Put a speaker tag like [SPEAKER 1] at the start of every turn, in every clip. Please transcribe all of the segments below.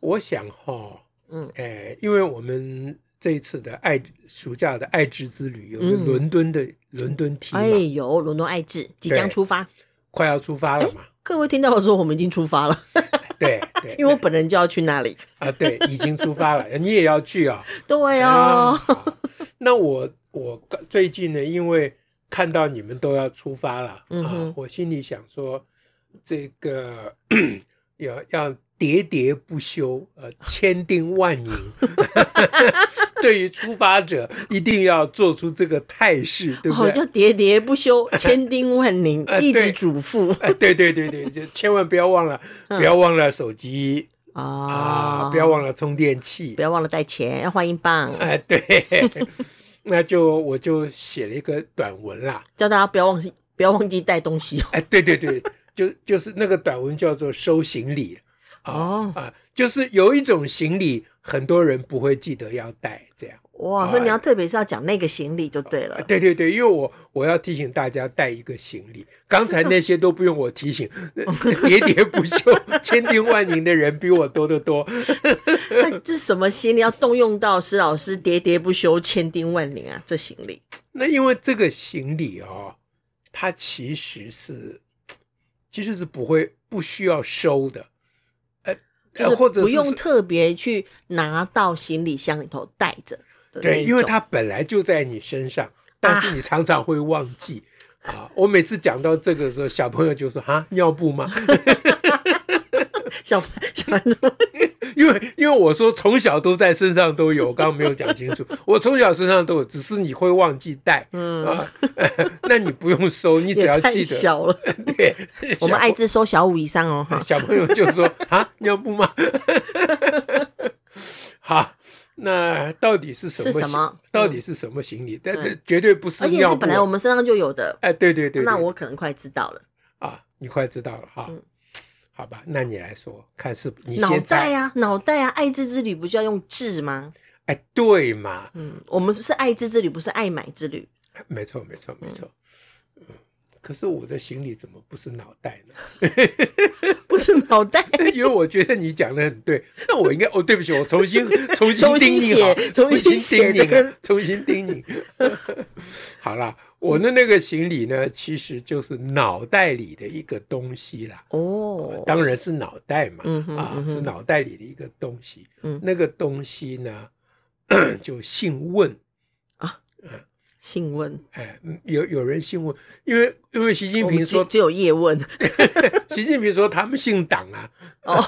[SPEAKER 1] 我想哈，
[SPEAKER 2] 嗯
[SPEAKER 1] 嗯，哎、因为我们这一次的爱暑假的爱之之旅，有个
[SPEAKER 2] 嗯
[SPEAKER 1] 伦敦的、伦敦题嘛，
[SPEAKER 2] 哎呦，伦敦爱智即将
[SPEAKER 1] 对
[SPEAKER 2] 出发，
[SPEAKER 1] 快要出发了嘛，
[SPEAKER 2] 各位听到的时候，我们已经出发了，
[SPEAKER 1] 对对，
[SPEAKER 2] 因为我本人就要去那 里。
[SPEAKER 1] 啊，对，已经出发了，你也要去啊、
[SPEAKER 2] 对
[SPEAKER 1] 啊
[SPEAKER 2] 哦，
[SPEAKER 1] 好 那我我最近呢，因为看到你们都要出发了、
[SPEAKER 2] 嗯哼
[SPEAKER 1] 啊，我心里想说，这个 要要喋喋不休，呃，千叮万咛。 对于出发者，一定要做出这个态势，对不
[SPEAKER 2] 哦，
[SPEAKER 1] 对？
[SPEAKER 2] 要喋喋不 休，千叮万咛，
[SPEAKER 1] 呃
[SPEAKER 2] 一直
[SPEAKER 1] 对
[SPEAKER 2] 嘱咐
[SPEAKER 1] 哎，对对对对，就千万不要忘了，
[SPEAKER 2] 嗯
[SPEAKER 1] 不要忘了手机、啊，
[SPEAKER 2] 啊
[SPEAKER 1] 不要忘了充电器，
[SPEAKER 2] 不要忘了带钱，要换英镑，
[SPEAKER 1] 哎，对， 那就我就写了一个短文啦。
[SPEAKER 2] 叫大家不要忘记，不要忘记带东西哦。
[SPEAKER 1] 哎，对对对，就就是那个短文叫做收行李
[SPEAKER 2] 哦，
[SPEAKER 1] 啊，就是有一种行李很多人不会记得要带，这样。
[SPEAKER 2] 哇，
[SPEAKER 1] 哎
[SPEAKER 2] 所以你要特别是要讲那个行李就对
[SPEAKER 1] 啊
[SPEAKER 2] 了。
[SPEAKER 1] 对对对，因为我我要提醒大家带一个行李，刚才那些都不用我提醒，呃喋喋不休、千叮万咛的人比我多得多。
[SPEAKER 2] 那这什么行李要动用到施老师喋喋不休、千叮万咛啊？这行李
[SPEAKER 1] 那因为这个行李哦，它其实是其实是不会不需要收的，呃，
[SPEAKER 2] 就
[SPEAKER 1] 呃
[SPEAKER 2] 是
[SPEAKER 1] 或者
[SPEAKER 2] 不
[SPEAKER 1] 是
[SPEAKER 2] 用
[SPEAKER 1] 说
[SPEAKER 2] 特别去拿到行李箱里头带着的那
[SPEAKER 1] 对，
[SPEAKER 2] 一
[SPEAKER 1] 因为
[SPEAKER 2] 种啊
[SPEAKER 1] 它本来就在你身上，但是你常常会忘记。啊！我每次讲到这个的时候，小朋友就说：“啊，尿布吗？”
[SPEAKER 2] 小小
[SPEAKER 1] 因为因为我说从小都在身上都有，我刚刚没有讲清楚，我从小身上都有，只是你会忘记带、
[SPEAKER 2] 嗯，
[SPEAKER 1] 啊、 那你不用收，你只
[SPEAKER 2] 也
[SPEAKER 1] 要
[SPEAKER 2] 太
[SPEAKER 1] 记得。
[SPEAKER 2] 小了。
[SPEAKER 1] 对，
[SPEAKER 2] 我们
[SPEAKER 1] 小
[SPEAKER 2] 爱智收小五以上哦，哈，
[SPEAKER 1] 小朋友就说：“啊，尿布吗？” 好，那到底是什么
[SPEAKER 2] 是
[SPEAKER 1] 行？
[SPEAKER 2] 什么
[SPEAKER 1] 到底是什么行李？但这
[SPEAKER 2] 嗯
[SPEAKER 1] 绝对不 是
[SPEAKER 2] 而且
[SPEAKER 1] 尿
[SPEAKER 2] 是
[SPEAKER 1] 布。
[SPEAKER 2] 本来我们身上就有的，
[SPEAKER 1] 哎，对对对对
[SPEAKER 2] 那我可能快知道了。
[SPEAKER 1] 啊，你快知道了哈。
[SPEAKER 2] 嗯
[SPEAKER 1] 好吧，那你来说，看是你
[SPEAKER 2] 脑
[SPEAKER 1] 先
[SPEAKER 2] 袋
[SPEAKER 1] 猜。
[SPEAKER 2] 啊，脑袋啊，爱智之旅不就要用智吗？
[SPEAKER 1] 哎，对嘛，
[SPEAKER 2] 嗯，我们是不是爱智之旅，不是爱买之旅？
[SPEAKER 1] 没错，没错，没错。嗯可是我的行李怎么不是脑袋呢？
[SPEAKER 2] 不是脑袋，
[SPEAKER 1] 因为我觉得你讲的很对，那我应该哦，对不起，我重新重
[SPEAKER 2] 重新
[SPEAKER 1] 新叮
[SPEAKER 2] 写
[SPEAKER 1] 咛好，
[SPEAKER 2] 重
[SPEAKER 1] 重
[SPEAKER 2] 新
[SPEAKER 1] 新
[SPEAKER 2] 写
[SPEAKER 1] 叮
[SPEAKER 2] 这
[SPEAKER 1] 咛
[SPEAKER 2] 个
[SPEAKER 1] 啊，重新叮咛。 好啦，我的那个行李呢，其实就是脑袋里的一个东西啦，
[SPEAKER 2] 哦，
[SPEAKER 1] 当然是脑袋嘛，
[SPEAKER 2] 嗯哼嗯
[SPEAKER 1] 啊，
[SPEAKER 2] 哼
[SPEAKER 1] 是脑袋里的一个东西。
[SPEAKER 2] 嗯
[SPEAKER 1] 那个东西呢， 就姓问。
[SPEAKER 2] 姓问，
[SPEAKER 1] 哎，有有人姓问，因为因为习近
[SPEAKER 2] 我们
[SPEAKER 1] 平
[SPEAKER 2] 只
[SPEAKER 1] 说，
[SPEAKER 2] 只有叶问
[SPEAKER 1] 习近平说他们姓党啊，
[SPEAKER 2] 哦，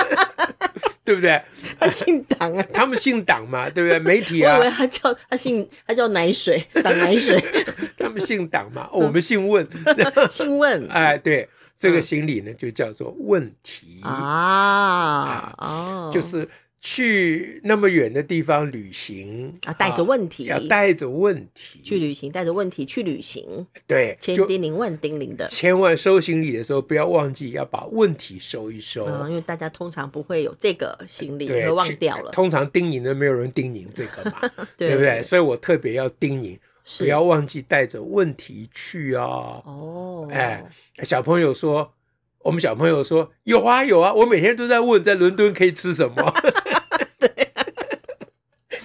[SPEAKER 1] 对不对？
[SPEAKER 2] 他姓党啊。
[SPEAKER 1] 他们姓党嘛，对不 对？媒体
[SPEAKER 2] 我
[SPEAKER 1] 啊
[SPEAKER 2] 以为，他叫他姓他叫奶水党奶 水，
[SPEAKER 1] 他们姓党嘛，哦我们 姓问。
[SPEAKER 2] 姓问
[SPEAKER 1] 哎，对，这
[SPEAKER 2] 嗯
[SPEAKER 1] 个
[SPEAKER 2] 哦
[SPEAKER 1] 行李呢就叫做问题，
[SPEAKER 2] 啊哦，
[SPEAKER 1] 就是去那么远的地方旅行
[SPEAKER 2] 啊带着问题
[SPEAKER 1] 要带着问题
[SPEAKER 2] 去，旅行，带着问题去旅行，
[SPEAKER 1] 对，
[SPEAKER 2] 千
[SPEAKER 1] 就
[SPEAKER 2] 叮咛万叮咛的，
[SPEAKER 1] 千万收行李的时候不要忘记要把问题收一收。
[SPEAKER 2] 嗯，因为大家通常不会有这个行李，
[SPEAKER 1] 对，
[SPEAKER 2] 会忘
[SPEAKER 1] 去
[SPEAKER 2] 掉了，
[SPEAKER 1] 通常叮咛的没有人叮咛这个嘛，
[SPEAKER 2] 对
[SPEAKER 1] 不对？所以我特别要叮咛，
[SPEAKER 2] 是
[SPEAKER 1] 不要忘记带着问题去哦。
[SPEAKER 2] 哦，
[SPEAKER 1] 哎，小朋友说，我们小朋友说有啊有啊，我每天都在问在伦敦可以吃什 么。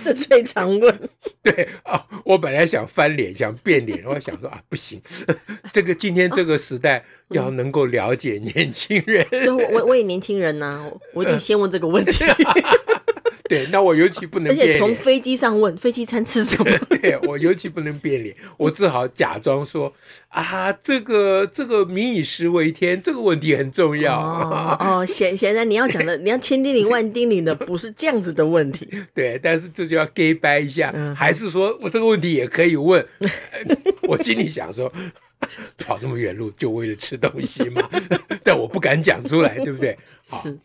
[SPEAKER 2] 这最常问，
[SPEAKER 1] 对啊，我本来想翻脸，想变脸，然后想说啊不行， 这个今天这个时代
[SPEAKER 2] 嗯
[SPEAKER 1] 要能够了解年轻 人。
[SPEAKER 2] 对我我我也年轻人呐、我我一定先问这个问题，
[SPEAKER 1] 对，那我尤其 不
[SPEAKER 2] 而
[SPEAKER 1] 能
[SPEAKER 2] 且
[SPEAKER 1] 嗯变
[SPEAKER 2] 从
[SPEAKER 1] 脸。
[SPEAKER 2] 飞机上问飞机餐吃什么，
[SPEAKER 1] 对我尤其不能变脸，我只好假装说啊，这个这个民以食为天，这个问题很重 要。
[SPEAKER 2] 哦哦，显显然你要讲的，你要千叮咛万叮咛的，不是这样子的问 题，
[SPEAKER 1] 对，但是这就要 gay 掰一下，
[SPEAKER 2] 嗯
[SPEAKER 1] 还是说我这个问题也可 以问？ 呃我心里想说，跑 那么远路就为了吃东西嘛，但我不敢讲出来，对不对？好
[SPEAKER 2] 是，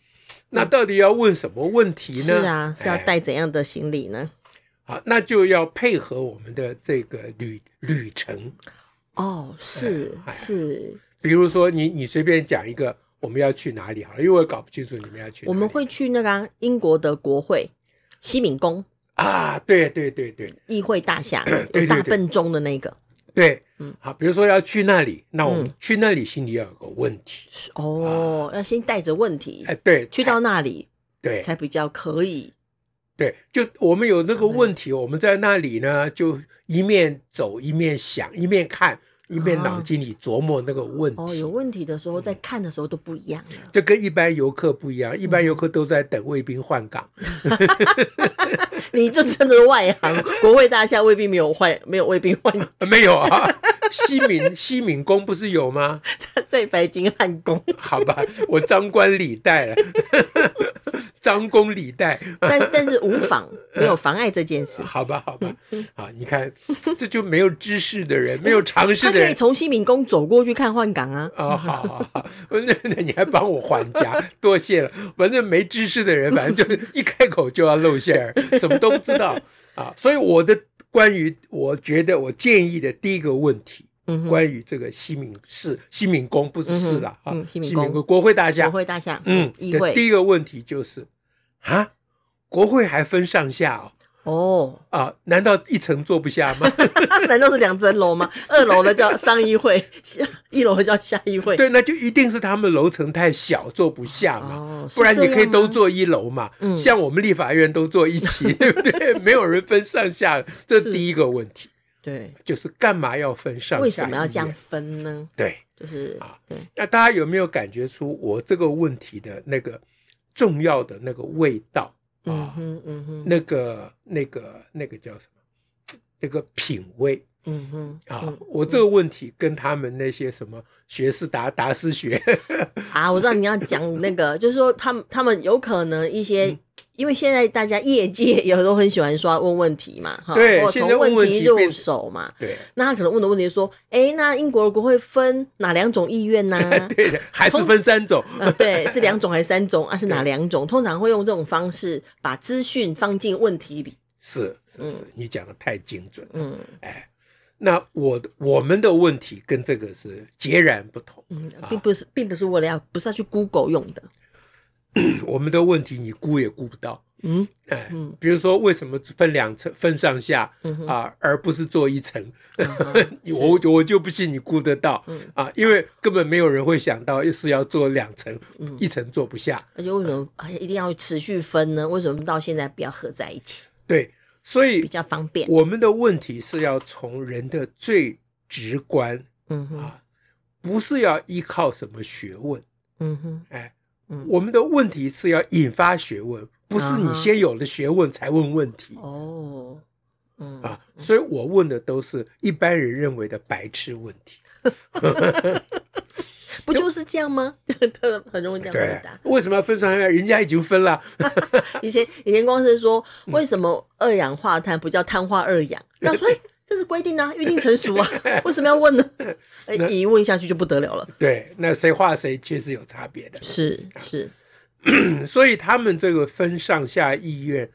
[SPEAKER 1] 那到底要问什么问题呢？
[SPEAKER 2] 是啊，是要
[SPEAKER 1] 哎
[SPEAKER 2] 带怎样的行李呢？
[SPEAKER 1] 好，那就要配合我们的这个旅旅程。
[SPEAKER 2] 哦，是
[SPEAKER 1] 哎
[SPEAKER 2] 是，
[SPEAKER 1] 比如说你，你随便讲一个，我们要去哪里好了，因为我也搞不清楚你们要去哪里。
[SPEAKER 2] 我们会去那个啊、英国的国会西敏宫
[SPEAKER 1] 啊，对对对对
[SPEAKER 2] 议会大厦
[SPEAKER 1] 对
[SPEAKER 2] 有大
[SPEAKER 1] 对对
[SPEAKER 2] 笨钟的那个。
[SPEAKER 1] 对，
[SPEAKER 2] 嗯
[SPEAKER 1] 好，比如说要去那里，那我们
[SPEAKER 2] 嗯
[SPEAKER 1] 去那里心里要有个问题，
[SPEAKER 2] 是哦，要先带着问题
[SPEAKER 1] 啊哎，对，
[SPEAKER 2] 去
[SPEAKER 1] 才
[SPEAKER 2] 到那里
[SPEAKER 1] 对
[SPEAKER 2] 才比较可以。
[SPEAKER 1] 对，就我们有这个
[SPEAKER 2] 好的
[SPEAKER 1] 问题，我们在那里呢，就一面走一面想，一面看，一面
[SPEAKER 2] 啊
[SPEAKER 1] 脑筋里琢磨那个问题。
[SPEAKER 2] 哦，有问题的时候，在看的时候都不一样了。
[SPEAKER 1] 这跟一般游客不一样，一
[SPEAKER 2] 嗯
[SPEAKER 1] 般游客都在等卫兵换岗，
[SPEAKER 2] 你就真的外行，国会大厦未必没有换，没有未必换，
[SPEAKER 1] 呃没有 啊？ 西敏西敏宫不是有吗？
[SPEAKER 2] 在白金汉宫。
[SPEAKER 1] 好吧，我张冠李戴了， 张公李戴，
[SPEAKER 2] 但但是无妨，没有妨碍这件事。
[SPEAKER 1] 好吧，好吧，啊，你看，这就没有知识的人，没有常识
[SPEAKER 2] 他
[SPEAKER 1] 的
[SPEAKER 2] 可以
[SPEAKER 1] 人。
[SPEAKER 2] 从西敏宫走过去看换港啊。
[SPEAKER 1] 哦，好好好，那那你还帮我还价，多谢了。反正没知识的人，反正就一开口就要露馅儿，什么都不知道啊。所以我的关于我觉得我建议的第一个问题，
[SPEAKER 2] 嗯哼，
[SPEAKER 1] 关于这个西敏寺、西敏宫不是寺了啊
[SPEAKER 2] 嗯哼嗯，西敏
[SPEAKER 1] 西敏
[SPEAKER 2] 宫
[SPEAKER 1] 宫国会大
[SPEAKER 2] 国
[SPEAKER 1] 厦，
[SPEAKER 2] 会大厦，
[SPEAKER 1] 嗯，
[SPEAKER 2] 议
[SPEAKER 1] 的
[SPEAKER 2] 会
[SPEAKER 1] 第一个问题就是啊，国会还分上下哦。
[SPEAKER 2] 哦，
[SPEAKER 1] 啊，难道一层坐不下吗？
[SPEAKER 2] 难道是两层楼 吗？二楼的叫上议会， 下一楼的叫下议会。
[SPEAKER 1] 对，那就一定是他们楼层太小，坐不下嘛。
[SPEAKER 2] 哦，
[SPEAKER 1] 不然
[SPEAKER 2] 是这
[SPEAKER 1] 你
[SPEAKER 2] 样
[SPEAKER 1] 可以都
[SPEAKER 2] 吗
[SPEAKER 1] 坐一楼嘛，
[SPEAKER 2] 嗯
[SPEAKER 1] 像我们立法院都坐 一起，对不对？没有人分上下，这是第一个问题，
[SPEAKER 2] 对，
[SPEAKER 1] 就是干嘛要分上下？
[SPEAKER 2] 为什么要这样？分呢？
[SPEAKER 1] 对，
[SPEAKER 2] 就是
[SPEAKER 1] 啊
[SPEAKER 2] 对，
[SPEAKER 1] 那大家有没有感觉出我这个问题的那个重要的那个味道
[SPEAKER 2] 嗯
[SPEAKER 1] 啊？
[SPEAKER 2] 哼嗯哼
[SPEAKER 1] 那个、那个、那个叫什么？那个品味
[SPEAKER 2] 嗯哼
[SPEAKER 1] 啊！
[SPEAKER 2] 嗯
[SPEAKER 1] 我这个问题跟他们那些什么学士达达 斯学
[SPEAKER 2] 啊，我知道你要讲那个， 就是说他们他们有可能一
[SPEAKER 1] 嗯
[SPEAKER 2] 些。因为现在大家业界有都很喜欢说要问问题嘛，哈，
[SPEAKER 1] 对
[SPEAKER 2] 或者
[SPEAKER 1] 现
[SPEAKER 2] 从
[SPEAKER 1] 在问问
[SPEAKER 2] 题
[SPEAKER 1] 题
[SPEAKER 2] 入
[SPEAKER 1] 变
[SPEAKER 2] 手嘛，
[SPEAKER 1] 对
[SPEAKER 2] 那他可能问的问题是说，哎，那英国的国会分哪两种意愿呢、
[SPEAKER 1] 对的，还是分三种。
[SPEAKER 2] 啊，对，是两种还是三种啊？是哪两种？通常会用这种方式把资讯放进问题里。
[SPEAKER 1] 是是是，你讲的太精准。
[SPEAKER 2] 嗯
[SPEAKER 1] 哎，那我的我们的问题跟这个是截然不同。
[SPEAKER 2] 嗯，并不是，并不是为了要，不是要去 Google 用的。
[SPEAKER 1] 我们的问题你估也估不到。
[SPEAKER 2] 嗯，
[SPEAKER 1] 哎
[SPEAKER 2] 嗯，
[SPEAKER 1] 比如说为什么分两层、分上下
[SPEAKER 2] 嗯哼
[SPEAKER 1] 啊，而不是做一层？
[SPEAKER 2] 啊是
[SPEAKER 1] 我我就不信你估得到
[SPEAKER 2] 嗯
[SPEAKER 1] 啊，因为根本没有人会想到是要做两层，
[SPEAKER 2] 嗯
[SPEAKER 1] 一层做不下。
[SPEAKER 2] 而且为什么哎一定要持续分呢？为什么到现在不要合在一起，
[SPEAKER 1] 对，所以
[SPEAKER 2] 比较方便？
[SPEAKER 1] 我们的问题是要从人的最直观，
[SPEAKER 2] 嗯哼，
[SPEAKER 1] 啊，不是要依靠什么学问。
[SPEAKER 2] 嗯哼，
[SPEAKER 1] 哎
[SPEAKER 2] 嗯，
[SPEAKER 1] 我们的问题是要引发学问，不是
[SPEAKER 2] 啊哈
[SPEAKER 1] 你先有了学问才问问题
[SPEAKER 2] 哦，嗯，
[SPEAKER 1] 啊。所以我问的都是一般人认为的白痴问题。
[SPEAKER 2] 不就是这样吗？ 他很容易这样回
[SPEAKER 1] 对
[SPEAKER 2] 答。，
[SPEAKER 1] 为什么要分上下？人家已经分了，
[SPEAKER 2] 以前以前光是说
[SPEAKER 1] 嗯
[SPEAKER 2] 为什么二氧化碳不叫碳化二 氧？那说哎这是规定啊，约定成熟啊，为什么要 问呢？哎，
[SPEAKER 1] 那
[SPEAKER 2] 一问下去就不得了了。
[SPEAKER 1] 对，那谁画谁确实有差别的。
[SPEAKER 2] 是是，
[SPEAKER 1] 所以他们这个分上下意愿，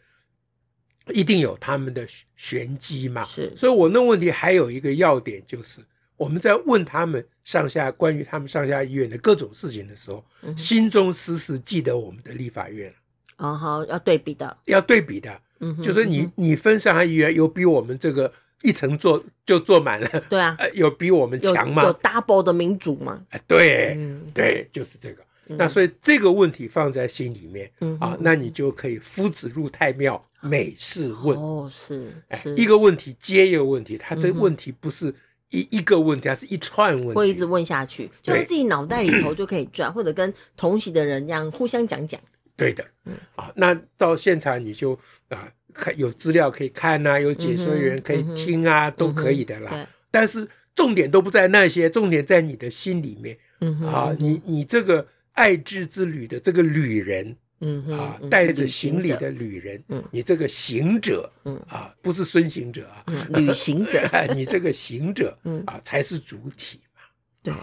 [SPEAKER 1] 一定有他们的玄机嘛。
[SPEAKER 2] 是
[SPEAKER 1] 所以我那问题还有一个要点就是，我们在问他们上下关于他们上下意愿的各种事情的时候，
[SPEAKER 2] 嗯
[SPEAKER 1] 心中时时记得我们的立法院
[SPEAKER 2] 然后哦要对比的，
[SPEAKER 1] 要对比的，
[SPEAKER 2] 嗯哼，
[SPEAKER 1] 就是你你分上下意愿有比我们这个一层坐就坐满了，
[SPEAKER 2] 对啊，
[SPEAKER 1] 呃，有比我们
[SPEAKER 2] 有
[SPEAKER 1] 强吗
[SPEAKER 2] 有？double 的民主嘛，
[SPEAKER 1] 哎对，
[SPEAKER 2] 嗯
[SPEAKER 1] 对，就是这个。那所以这个问题放在心里面、
[SPEAKER 2] 嗯哼啊
[SPEAKER 1] 啊，那你就可以夫子入太庙，每事问。
[SPEAKER 2] 哦，是
[SPEAKER 1] 哎
[SPEAKER 2] 是，
[SPEAKER 1] 一个问题接一个问题，它这个问题不是一、一个问题，它是一串问题。
[SPEAKER 2] 会一直问下去，就
[SPEAKER 1] 对
[SPEAKER 2] 是自己脑袋里头就可以转，或者跟同席的人这样互相讲讲。
[SPEAKER 1] 对的，
[SPEAKER 2] 嗯
[SPEAKER 1] 啊，那到现场你就啊，看有资料可以看啊，有解说
[SPEAKER 2] 嗯
[SPEAKER 1] 员可以听啊，都可以的啦。
[SPEAKER 2] 对，
[SPEAKER 1] 但是重点都不在那些，重点在你的心里面
[SPEAKER 2] 嗯哼，
[SPEAKER 1] 啊，你你这个爱智之旅的这个旅人，
[SPEAKER 2] 嗯哼，
[SPEAKER 1] 啊，
[SPEAKER 2] 嗯
[SPEAKER 1] 带着
[SPEAKER 2] 旅
[SPEAKER 1] 行
[SPEAKER 2] 行
[SPEAKER 1] 李
[SPEAKER 2] 者
[SPEAKER 1] 的旅人，
[SPEAKER 2] 嗯
[SPEAKER 1] 你这个行者，啊，不是孙行者啊，
[SPEAKER 2] 嗯 旅行者，
[SPEAKER 1] 你这个行者，
[SPEAKER 2] 嗯
[SPEAKER 1] 啊，才是主体嘛。啊
[SPEAKER 2] 对，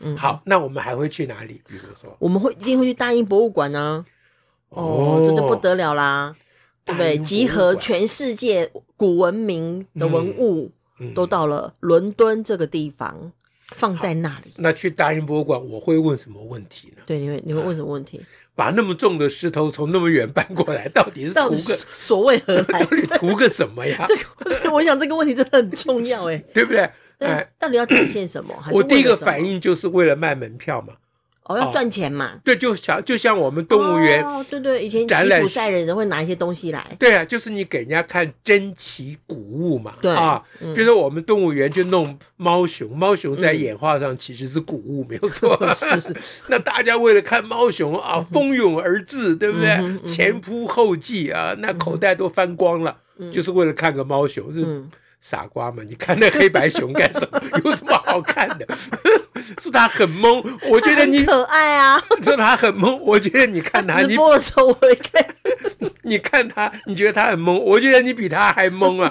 [SPEAKER 2] 嗯，
[SPEAKER 1] 好，那我们还会去哪里？比如说，
[SPEAKER 2] 我们会一定会去大英博物馆呢、啊哦，这就不得了啦，对不
[SPEAKER 1] 大
[SPEAKER 2] 对？
[SPEAKER 1] 英博物
[SPEAKER 2] 集合
[SPEAKER 1] 馆
[SPEAKER 2] 全世界古文明的文物，
[SPEAKER 1] 嗯
[SPEAKER 2] 都到了伦敦这个地方，放在那里。
[SPEAKER 1] 那去大英博物馆，我会问什么问题呢？
[SPEAKER 2] 对，你会你会问什么问题？
[SPEAKER 1] 把那么重的石头从那么远搬过来，到底是
[SPEAKER 2] 到
[SPEAKER 1] 图
[SPEAKER 2] 底 哎
[SPEAKER 1] 个
[SPEAKER 2] 所谓何
[SPEAKER 1] 到
[SPEAKER 2] 来？
[SPEAKER 1] 底图个什么呀？
[SPEAKER 2] 我想这个问题真的很重要哎。
[SPEAKER 1] 对不对？
[SPEAKER 2] 对
[SPEAKER 1] 哎，，
[SPEAKER 2] 到底要展现什么？还是
[SPEAKER 1] 我第一
[SPEAKER 2] 为
[SPEAKER 1] 个
[SPEAKER 2] 了什么
[SPEAKER 1] 反应就是为了卖门票嘛。
[SPEAKER 2] 哦，要赚钱嘛。
[SPEAKER 1] 对，就像就像我们动物园，
[SPEAKER 2] 哦，对对，以前
[SPEAKER 1] 展
[SPEAKER 2] 吉
[SPEAKER 1] 览
[SPEAKER 2] 普
[SPEAKER 1] 是
[SPEAKER 2] 赛人会拿一些东西来，
[SPEAKER 1] 对啊，就是你给人家看珍奇古物嘛，
[SPEAKER 2] 对
[SPEAKER 1] 啊，
[SPEAKER 2] 嗯
[SPEAKER 1] 就是我们动物园就弄猫熊，猫熊在演化上其实是古物，没有 错。 那大家为了看猫熊啊，蜂拥而至，对不对？
[SPEAKER 2] 嗯哼嗯哼
[SPEAKER 1] 前仆后继啊，那口袋都翻光了，就是为了看个猫熊，是
[SPEAKER 2] 嗯，
[SPEAKER 1] 傻瓜嘛？你看那黑白熊 干什么？有什么好看的？ 说他很懵，我觉得你
[SPEAKER 2] 很可爱啊。
[SPEAKER 1] 说他很懵，我觉得你看他，
[SPEAKER 2] 直
[SPEAKER 1] 你哎
[SPEAKER 2] 播的时候我会看，
[SPEAKER 1] 你看他，你觉得他很懵，我觉得你比他还懵啊，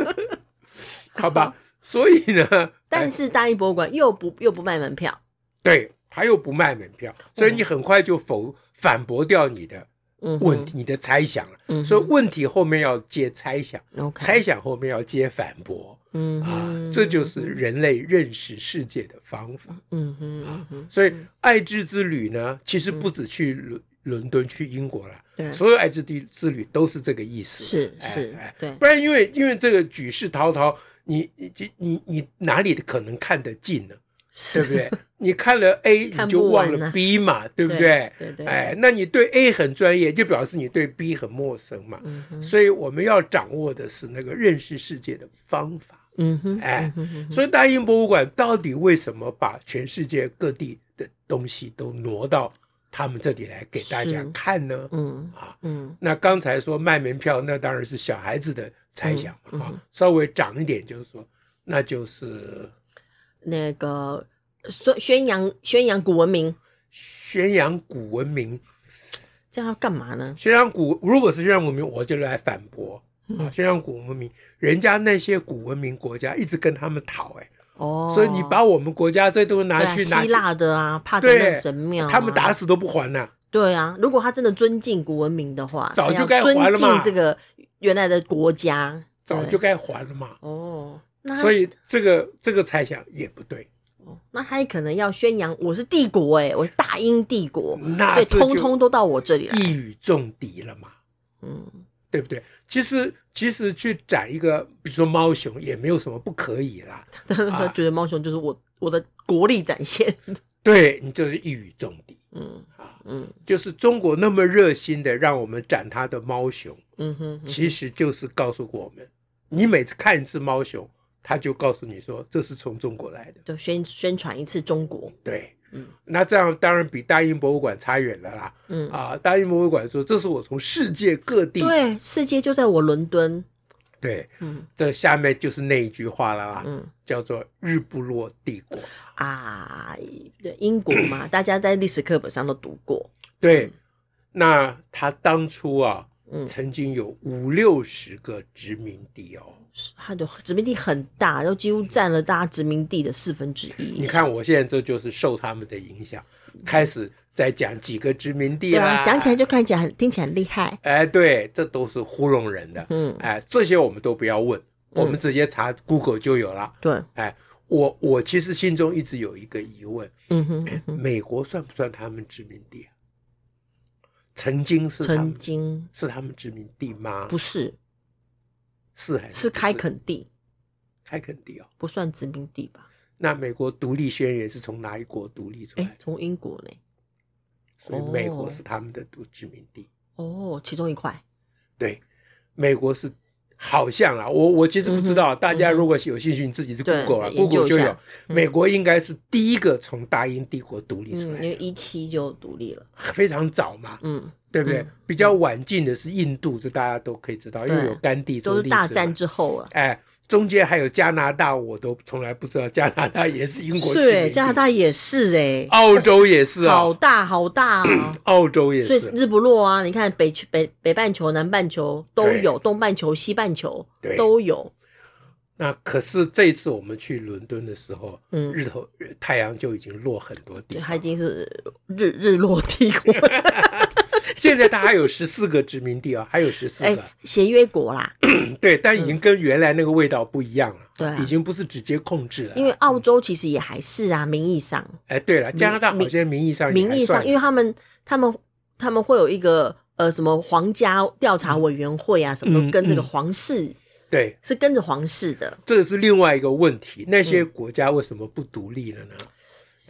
[SPEAKER 1] 好吧？所以呢，哎
[SPEAKER 2] 但是大英博物馆又不又不卖门票，
[SPEAKER 1] 对他又不卖门票，所以你很快就否反驳掉你的
[SPEAKER 2] 嗯哼，
[SPEAKER 1] 问题、你的猜想了。
[SPEAKER 2] 嗯哼
[SPEAKER 1] 所以问题后面要接猜想，
[SPEAKER 2] ，OK，
[SPEAKER 1] 猜想后面要接反驳
[SPEAKER 2] 嗯
[SPEAKER 1] 啊
[SPEAKER 2] 哼，
[SPEAKER 1] 这就是人类认识世界的方法。
[SPEAKER 2] 嗯哼嗯哼，嗯
[SPEAKER 1] 所以爱之之旅呢，其实不止去伦伦敦、去英国了，
[SPEAKER 2] 对
[SPEAKER 1] 所有爱之地之旅都是这个意思。
[SPEAKER 2] 是
[SPEAKER 1] 哎
[SPEAKER 2] 是
[SPEAKER 1] 哎，
[SPEAKER 2] 对
[SPEAKER 1] 不然因为因为这个举世滔滔，你你你你你哪里可能看得尽 呢？对不对？你看了 A，
[SPEAKER 2] 看
[SPEAKER 1] 你就
[SPEAKER 2] 不完
[SPEAKER 1] 忘了
[SPEAKER 2] 啊
[SPEAKER 1] B 嘛，对不
[SPEAKER 2] 对对对
[SPEAKER 1] 哎，那你对 A 很专业，就表示你对 B 很陌生嘛。
[SPEAKER 2] 嗯
[SPEAKER 1] 所以我们要掌握的是那个认识世界的方法。
[SPEAKER 2] 嗯哼，
[SPEAKER 1] 哎，所以大英博物馆到底为什么把全世界各地的东西都挪到他们这里来给大家
[SPEAKER 2] 是
[SPEAKER 1] 看呢？
[SPEAKER 2] 嗯
[SPEAKER 1] 啊，
[SPEAKER 2] 嗯
[SPEAKER 1] 那刚才说卖门票，那当然是小孩子的猜想
[SPEAKER 2] 嗯
[SPEAKER 1] 嘛啊，稍微长一点就是说，那就是
[SPEAKER 2] 那个宣宣扬宣扬古文明，
[SPEAKER 1] 宣扬古文明。
[SPEAKER 2] 这样要干嘛呢？
[SPEAKER 1] 宣扬古，如果是宣扬文明，我就来反驳
[SPEAKER 2] 嗯
[SPEAKER 1] 啊！宣扬古文明，人家那些古文明国家一直跟他们讨哎、
[SPEAKER 2] 哦，
[SPEAKER 1] 所以你把我们国家这东西拿
[SPEAKER 2] 对啊
[SPEAKER 1] 去拿
[SPEAKER 2] 希
[SPEAKER 1] 去
[SPEAKER 2] 腊的啊，帕德
[SPEAKER 1] 对
[SPEAKER 2] 嫩神庙啊，
[SPEAKER 1] 他们打死都不还呐、
[SPEAKER 2] 对啊，如果他真的尊敬古文明的话，
[SPEAKER 1] 早
[SPEAKER 2] 他要
[SPEAKER 1] 就该还了嘛
[SPEAKER 2] 尊敬这个原来的国家，
[SPEAKER 1] 早
[SPEAKER 2] 对
[SPEAKER 1] 就该还了嘛。
[SPEAKER 2] 哦，那
[SPEAKER 1] 所
[SPEAKER 2] 以
[SPEAKER 1] 以这个这个猜想也不对，
[SPEAKER 2] 那他也可能要宣扬我是帝国、欸，我是大英帝国，
[SPEAKER 1] 嗯那
[SPEAKER 2] 所以
[SPEAKER 1] 这就
[SPEAKER 2] 通通都到我这里来，
[SPEAKER 1] 一语中的了嘛，
[SPEAKER 2] 嗯，
[SPEAKER 1] 对不对？其实其实去展一个，比如说猫熊，也没有什么不可以 啦。
[SPEAKER 2] 他觉得猫熊就是我我的国力展 现，
[SPEAKER 1] 对你就是一语中的，
[SPEAKER 2] 嗯
[SPEAKER 1] 啊
[SPEAKER 2] 嗯
[SPEAKER 1] 就是中国那么热心的让我们展它的猫熊，
[SPEAKER 2] 嗯哼，
[SPEAKER 1] 其实就是告诉过我们，你每次看一次猫熊，他就告诉你说这是从中国来的。
[SPEAKER 2] 就宣宣传一次中国，
[SPEAKER 1] 对，
[SPEAKER 2] 嗯
[SPEAKER 1] 那这样当然比大英博物馆差远了啦。
[SPEAKER 2] 嗯
[SPEAKER 1] 啊，大英博物馆说这是我从世界各地
[SPEAKER 2] 对，世界就在我伦敦，
[SPEAKER 1] 对
[SPEAKER 2] 嗯
[SPEAKER 1] 这下面就是那一句话了啦，
[SPEAKER 2] 嗯
[SPEAKER 1] 叫做日不落帝国。
[SPEAKER 2] 啊，对，英国 嘛，大家在历史课本上都读过，
[SPEAKER 1] 对，那他当初啊，
[SPEAKER 2] 嗯
[SPEAKER 1] 曾经有五六十个殖民地哦。
[SPEAKER 2] 它的殖民地很大，都几乎占了大家殖民地的四分之一。
[SPEAKER 1] 你，看我现在这就是受他们的影响，开始在讲几个殖民地
[SPEAKER 2] 嗯对
[SPEAKER 1] 啦
[SPEAKER 2] 啊，，讲起来就看起来很听起来很厉害。
[SPEAKER 1] 哎，对，这都是糊弄人的。
[SPEAKER 2] 嗯，
[SPEAKER 1] 哎，这些我们都不要问，我们直接查 Google 就有了。
[SPEAKER 2] 对，
[SPEAKER 1] 哎，我我其实心中一直有一个疑问，
[SPEAKER 2] 嗯哼，
[SPEAKER 1] 哎
[SPEAKER 2] 嗯哼
[SPEAKER 1] 美国算不算他们殖民地啊？曾经是他们
[SPEAKER 2] 曾经
[SPEAKER 1] 是他们殖民地吗？
[SPEAKER 2] 不是
[SPEAKER 1] 是还
[SPEAKER 2] 是
[SPEAKER 1] 哎不
[SPEAKER 2] 开垦地，
[SPEAKER 1] 开垦地哦。
[SPEAKER 2] 不算殖民地吧？
[SPEAKER 1] 那美国独立宣言是从哪一国独立出来
[SPEAKER 2] 哎
[SPEAKER 1] 的，？
[SPEAKER 2] 从英国呢？
[SPEAKER 1] 所以美国
[SPEAKER 2] 哦
[SPEAKER 1] 是他们的独殖民地。
[SPEAKER 2] 哦，其中一块，
[SPEAKER 1] 对，美国是好像啊，我我其实不知道，大家
[SPEAKER 2] 嗯哼
[SPEAKER 1] 如果有兴趣，你自己去
[SPEAKER 2] 对
[SPEAKER 1] Google 啊
[SPEAKER 2] 研究
[SPEAKER 1] ，Google 就
[SPEAKER 2] 一下
[SPEAKER 1] 有。美国应该是第一个从大英帝国独立
[SPEAKER 2] 嗯
[SPEAKER 1] 出，来
[SPEAKER 2] 因为
[SPEAKER 1] 的，
[SPEAKER 2] 一期就独立了，
[SPEAKER 1] 非常早嘛，
[SPEAKER 2] 嗯，
[SPEAKER 1] 对不对？比较晚近的是印度，这大家都可以知道，因为
[SPEAKER 2] 对
[SPEAKER 1] 有甘地做
[SPEAKER 2] 都
[SPEAKER 1] 例
[SPEAKER 2] 是
[SPEAKER 1] 子嘛。
[SPEAKER 2] 大战之后啊。
[SPEAKER 1] 哎，中间还有加拿大，我都从来不知道加拿大也是英国殖民
[SPEAKER 2] 是哎，
[SPEAKER 1] 地
[SPEAKER 2] 加拿、大也是哎，
[SPEAKER 1] 澳洲也是啊、
[SPEAKER 2] 好大好大啊！
[SPEAKER 1] 澳洲也
[SPEAKER 2] 所以
[SPEAKER 1] 是，
[SPEAKER 2] 日不落啊，你看北北北半球、南半球都
[SPEAKER 1] 对
[SPEAKER 2] 有，东半球、西半球
[SPEAKER 1] 对
[SPEAKER 2] 都有。
[SPEAKER 1] 那可是这一次我们去伦敦的时候，
[SPEAKER 2] 嗯
[SPEAKER 1] 日头日太阳就已经落很多地
[SPEAKER 2] 对，
[SPEAKER 1] 方
[SPEAKER 2] 它已经是日日落帝国。
[SPEAKER 1] 现在它还有十四个殖民地啊，还 有十四
[SPEAKER 2] 哎
[SPEAKER 1] 个，，
[SPEAKER 2] 协约国啦，
[SPEAKER 1] 对，但已经跟原来那个味道不一样了，
[SPEAKER 2] 哎嗯对啊
[SPEAKER 1] 已经不是直接控制了。啊
[SPEAKER 2] 因为澳洲其实也还是啊，名义上，
[SPEAKER 1] 哎，对了，加拿大好像名义上也
[SPEAKER 2] 名义
[SPEAKER 1] 还算
[SPEAKER 2] 上，因为他们他们他们会有一个呃什么皇家调查委员会啊，什么
[SPEAKER 1] 嗯
[SPEAKER 2] 都跟这个
[SPEAKER 1] 嗯
[SPEAKER 2] 皇室、
[SPEAKER 1] 对，
[SPEAKER 2] 是跟着皇室的，
[SPEAKER 1] 这个是另外一个问题。那
[SPEAKER 2] 嗯
[SPEAKER 1] 些国家为什么不独立了呢？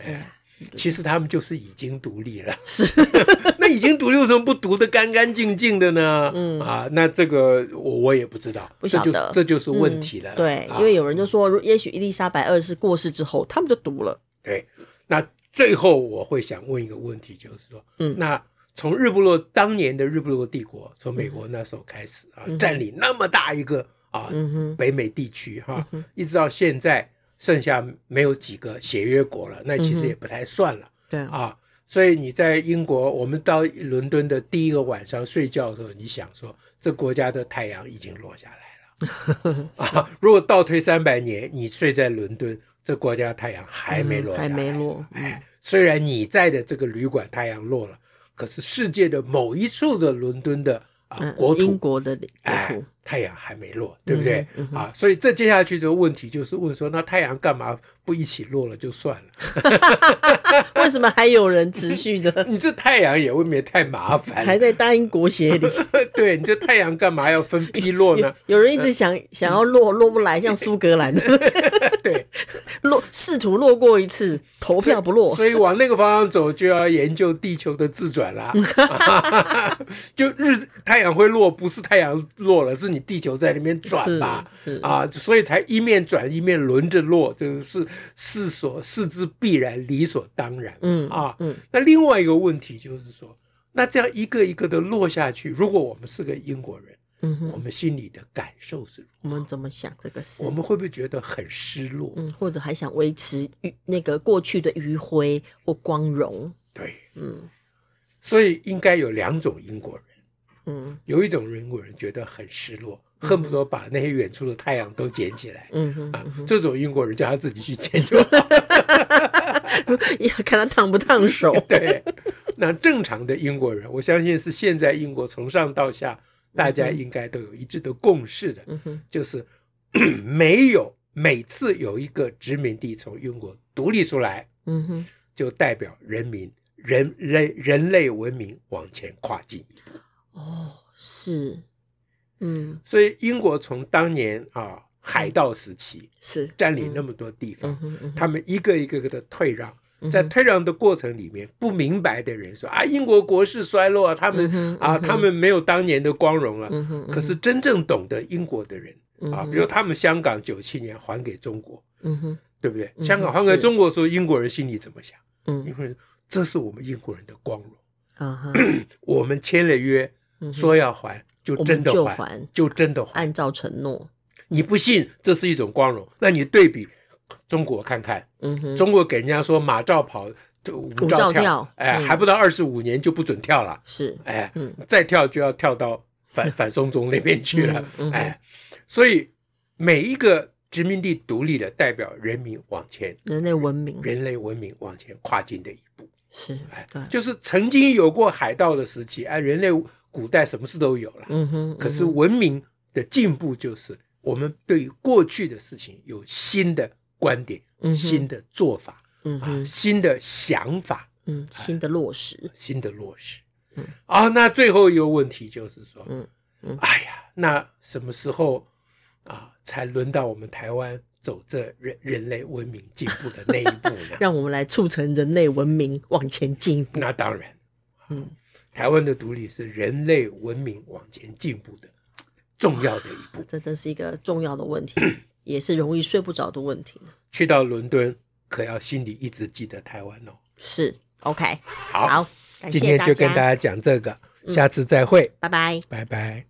[SPEAKER 1] 哎
[SPEAKER 2] 是啊，
[SPEAKER 1] 其实他们就是已经独立了，是 那已经独立为什么不独的干干净净的呢？嗯啊，那这个我我也不知道，
[SPEAKER 2] 不晓得嗯
[SPEAKER 1] 这就这就是问题了。
[SPEAKER 2] 对，
[SPEAKER 1] 啊
[SPEAKER 2] 因为有人就说，如也许伊丽莎白二世过世之后，他们就读了，
[SPEAKER 1] 对，那最后我会想问一个问题，就是说，
[SPEAKER 2] 嗯
[SPEAKER 1] 那从日不落当年的日不落帝国，从美国那时候开始啊，占领那么大一个啊、
[SPEAKER 2] 嗯哼，嗯
[SPEAKER 1] 北美地区哈、一直到现在剩下没有几个协约国了，那
[SPEAKER 2] 嗯
[SPEAKER 1] 其实也不太算了。
[SPEAKER 2] 对啊，
[SPEAKER 1] 啊，所以你在英国，我们到伦敦的第一个晚上睡觉的时候，你想说这国家的太阳已经落下来 了啊。如果倒退三百年，你睡在伦敦，这国家的太阳还没落
[SPEAKER 2] 嗯
[SPEAKER 1] 下
[SPEAKER 2] 还
[SPEAKER 1] 来、
[SPEAKER 2] 没落
[SPEAKER 1] 哎，虽然你在的这个旅馆太阳落了，可是世界的某一处的伦敦的啊、
[SPEAKER 2] 嗯
[SPEAKER 1] 国土
[SPEAKER 2] 英国的国
[SPEAKER 1] 哎
[SPEAKER 2] 土，，嗯
[SPEAKER 1] 太阳还没落，对不对、啊？所以这接下去的问题就是问说，那太阳干嘛不一起落了就算了？
[SPEAKER 2] 为什么还有人持续的
[SPEAKER 1] 你这太阳也未免太麻烦
[SPEAKER 2] 还
[SPEAKER 1] 了。
[SPEAKER 2] 在大英国协里？
[SPEAKER 1] 对你这太阳干嘛要分批落呢
[SPEAKER 2] 有？有人一直 想想要落落不来，像苏格兰
[SPEAKER 1] 对，
[SPEAKER 2] 落试图落过一次，投票不落，
[SPEAKER 1] 所以往那个方向走，就要研究地球的自转 啦。 就日太阳会落，不是太阳落了，是你地球在那边转
[SPEAKER 2] 是
[SPEAKER 1] 嘛。
[SPEAKER 2] 是
[SPEAKER 1] 啊，所以才一面转一面轮着落，这个是是所是之必然，理所当然。
[SPEAKER 2] 嗯
[SPEAKER 1] 啊，
[SPEAKER 2] 嗯
[SPEAKER 1] 那另外一个问题就是说，那这样一个一个的落下去，如果我们是个英国人，
[SPEAKER 2] 嗯哼，
[SPEAKER 1] 我们心里的感受是如何
[SPEAKER 2] 我们怎么想这个事
[SPEAKER 1] 我？们会不会觉得很失落？
[SPEAKER 2] 嗯，或者还想维持余那个过去的余晖或光荣，
[SPEAKER 1] 对，
[SPEAKER 2] 嗯
[SPEAKER 1] 所以应该有两种英国人，
[SPEAKER 2] 嗯
[SPEAKER 1] 有一种英国人觉得很失落，恨不得把那些远处的太阳都捡起来。
[SPEAKER 2] 嗯哼，
[SPEAKER 1] 啊，这种英国人叫他自己去捡就好。
[SPEAKER 2] 也看他烫不烫手。
[SPEAKER 1] 对，那正常的英国人，我相信是现在英国从上到下大家应该都有一致的共识的，
[SPEAKER 2] 嗯哼，
[SPEAKER 1] 就是 没有每次有一个殖民地从英国独立出来，
[SPEAKER 2] 嗯哼，
[SPEAKER 1] 就代表人民人人人类文明往前跨进一步。
[SPEAKER 2] 哦，是，嗯，
[SPEAKER 1] 所以英国从当年啊海盗时期
[SPEAKER 2] 是，
[SPEAKER 1] 占领那么多地方
[SPEAKER 2] 嗯，哼嗯哼
[SPEAKER 1] 他们一个一个个的退让。
[SPEAKER 2] 嗯
[SPEAKER 1] 在
[SPEAKER 2] 哼
[SPEAKER 1] 退让的过程里面，不明白的人说啊，英国国势衰落啊，他们、
[SPEAKER 2] 嗯哼
[SPEAKER 1] 啊，他们没有当年的光荣了。
[SPEAKER 2] 嗯哼，
[SPEAKER 1] 可是真正懂得英国的人、啊，比如他们香港九七年还给中国，
[SPEAKER 2] 嗯哼，
[SPEAKER 1] 对不对？
[SPEAKER 2] 嗯
[SPEAKER 1] 香港还给
[SPEAKER 2] 是
[SPEAKER 1] 中国的时候，英国人心里怎么想？
[SPEAKER 2] 嗯
[SPEAKER 1] 英国人说这是我们英国人的光荣，
[SPEAKER 2] 啊哈，
[SPEAKER 1] 我们签了约，
[SPEAKER 2] 嗯哼
[SPEAKER 1] 说要还就
[SPEAKER 2] 我们
[SPEAKER 1] 真的
[SPEAKER 2] 就
[SPEAKER 1] 还，
[SPEAKER 2] 还哎
[SPEAKER 1] 就真的还。
[SPEAKER 2] 按照承诺，
[SPEAKER 1] 你不信这是一种光荣，那你对比中国看看，
[SPEAKER 2] 嗯哼，
[SPEAKER 1] 中国给人家说马照跑，就舞
[SPEAKER 2] 舞照
[SPEAKER 1] 照跳
[SPEAKER 2] 跳，
[SPEAKER 1] 哎，
[SPEAKER 2] 嗯
[SPEAKER 1] 还不到二十五年就不准跳了，
[SPEAKER 2] 是，
[SPEAKER 1] 哎
[SPEAKER 2] 嗯，
[SPEAKER 1] 再跳就要跳到反 反送中那边去了
[SPEAKER 2] 嗯嗯，
[SPEAKER 1] 哎，所以每一个殖民地独立的代表人民往前，
[SPEAKER 2] 人类文明
[SPEAKER 1] 人类文明往前跨进的一步，
[SPEAKER 2] 是，
[SPEAKER 1] 哎
[SPEAKER 2] 对，，
[SPEAKER 1] 就是曾经有过海盗的时期，哎，人类古代什么事都有了，
[SPEAKER 2] 嗯哼，
[SPEAKER 1] 可
[SPEAKER 2] 嗯
[SPEAKER 1] 是文明的进步就是我们对于过去的事情有新的观点、
[SPEAKER 2] 嗯哼
[SPEAKER 1] 新的做法、
[SPEAKER 2] 嗯
[SPEAKER 1] 啊、哎
[SPEAKER 2] 哼
[SPEAKER 1] 新的想法、
[SPEAKER 2] 嗯，新的落实，
[SPEAKER 1] 新的落实。啊，那最后一个问题就是说，
[SPEAKER 2] 嗯嗯
[SPEAKER 1] 哎呀，那什么时候啊才轮到我们台湾走这人人类文明进步的那一步 呢？
[SPEAKER 2] 让我们来促成人类文明往前进一步。
[SPEAKER 1] 那当然，
[SPEAKER 2] 嗯，
[SPEAKER 1] 台湾的独立是人类文明往前进步的重要的一步。
[SPEAKER 2] 这真是一个重要的问 题，也是容易睡不着的问题。
[SPEAKER 1] 去到伦敦，可要心里一直记得台湾哦。
[SPEAKER 2] 是，OK，
[SPEAKER 1] 好，
[SPEAKER 2] 好，感
[SPEAKER 1] 今
[SPEAKER 2] 谢
[SPEAKER 1] 天
[SPEAKER 2] 大嗯
[SPEAKER 1] 就跟大
[SPEAKER 2] 家，
[SPEAKER 1] 家讲这个，下次再会，
[SPEAKER 2] 拜拜。
[SPEAKER 1] 拜拜。